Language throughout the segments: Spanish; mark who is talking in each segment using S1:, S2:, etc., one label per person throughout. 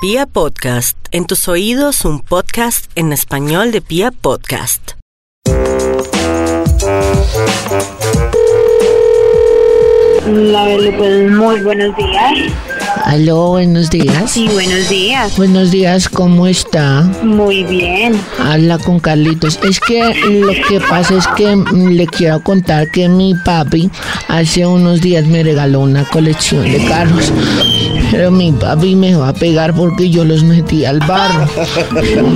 S1: Pia Podcast, en tus oídos un podcast en español de Pia Podcast.
S2: Labelo, pues muy buenos días.
S3: Aló, buenos días.
S2: Sí, buenos días.
S3: Buenos días, ¿cómo está?
S2: Muy bien.
S3: Habla con Carlitos. Es que lo que pasa es que mm, le quiero contar que mi papi hace unos días me regaló una colección de carros. Pero mi papi me va a pegar porque yo los metí al barro.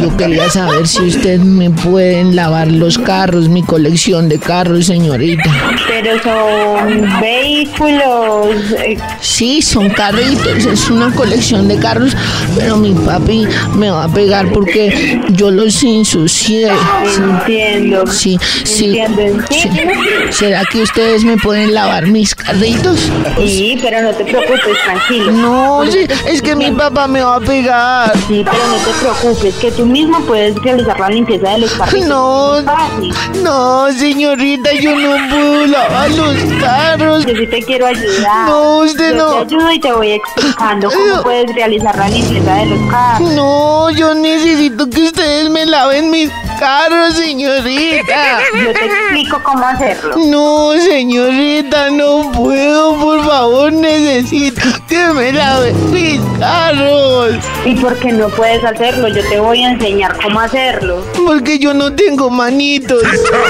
S3: Yo quería saber si usted me pueden lavar los carros, mi colección de carros, señorita.
S2: Pero son vehículos. eh,
S3: Sí, son carritos, es una colección de carros, pero mi papi me va a pegar porque yo los ensucié.
S2: Entiendo.
S3: Sí, sí.
S2: Entiendo. Sí,
S3: sí. ¿Será que ustedes me pueden lavar mis carritos?
S2: Sí, pero no te preocupes, tranquilo.
S3: No, sí, es que mi papá me va a pegar.
S2: Sí, pero no te preocupes, que tú mismo puedes realizar la limpieza de los carritos.
S3: No.
S2: Es fácil.
S3: No, señorita, yo no puedo lavar los carros.
S2: Yo sí te quiero ayudar.
S3: No, usted
S2: Yo
S3: no.
S2: te ayudo y te voy explicando
S3: No.
S2: cómo puedes realizar la limpieza de los carros.
S3: No, yo necesito que ustedes me laven mis carros, señorita.
S2: Yo te explico cómo hacerlo.
S3: No, señorita, no puedo, por favor, necesito que me laven mis carros.
S2: ¿Y por qué no puedes hacerlo? Yo te voy a enseñar cómo hacerlo.
S3: Porque yo no tengo manitos.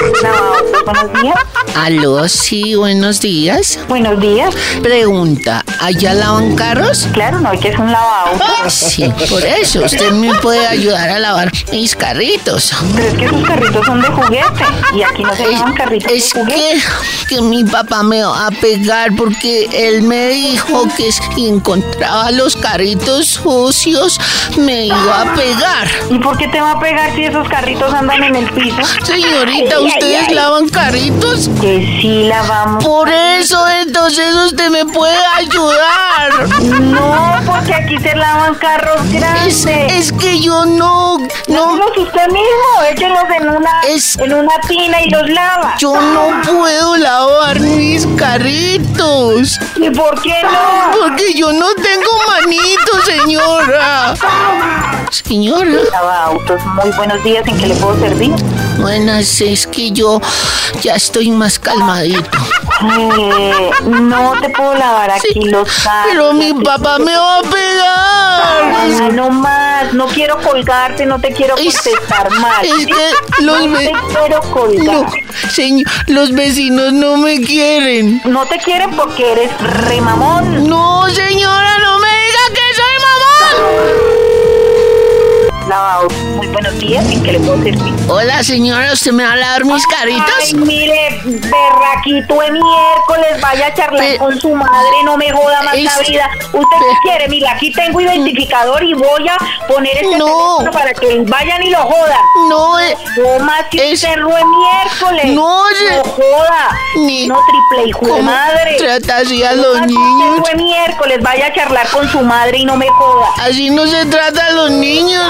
S2: No, buenos días.
S3: Aló, sí, buenos días.
S2: Buenos días.
S3: Pregunta, ¿allá lavan carros?
S2: Claro, no, que es un lavado.
S3: Sí, por eso, usted me puede ayudar a lavar mis carritos.
S2: Pero es que esos carritos son de juguete. Y aquí no se llaman carritos
S3: Es
S2: de juguete.
S3: que, que mi papá me va a pegar porque él me dijo que si encontraba los carritos sucios me iba a pegar.
S2: ¿Y por qué te va a pegar si esos carritos andan en el piso?
S3: Señorita,
S2: Ay, ay,
S3: ¿ustedes
S2: ay.
S3: lavan carritos?
S2: Que sí lavamos.
S3: Por eso, entonces usted me puede ayudar.
S2: No, porque aquí se lavan carros grandes.
S3: Es, es que yo no, no,
S2: Hazlos usted mismo, échelos en una,
S3: Es-
S2: en una tina y los lava.
S3: yo no puedo lavar mis carritos.
S2: ¿Y por qué no?
S3: Porque yo no tengo manitos, señora. Señora.
S2: Lava autos, muy buenos días, ¿en qué le puedo servir?
S3: Buenas, es que yo ya estoy más calmadito.
S2: Eh, no te puedo lavar aquí
S3: Sí,
S2: los carros.
S3: Pero mi papá me va a pegar.
S2: Ay, no más, no quiero colgarte, no te quiero
S3: Es-
S2: contestar mal.
S3: es que los
S2: no
S3: ve-
S2: te quiero colgar.
S3: No, señor, los vecinos no me quieren.
S2: No. te quieren porque eres remamón.
S3: No, señora, no me diga que soy mamón.
S2: Lavado. Muy buenos días, ¿en qué le puedo servir?
S3: Hola, señora, ¿usted me va a lavar
S2: Ay,
S3: mis carritos?
S2: mire, berraquito de miércoles, vaya a charlar
S3: Pe-
S2: con su madre, no me joda más la
S3: Es-
S2: vida. Usted
S3: Pe-
S2: qué quiere, mira, aquí tengo identificador y voy a poner este
S3: No.
S2: teléfono para que vayan y lo jodan.
S3: No, eh,
S2: No más que
S3: Es-
S2: cerró el miércoles.
S3: No, ye-
S2: no joda.
S3: Ni-
S2: No triple hijo de
S3: ¿cómo
S2: madre.
S3: trata así a
S2: No
S3: los
S2: más que
S3: niños?
S2: cerró el miércoles. Vaya a charlar con su madre y no me joda.
S3: Así no se trata a los niños.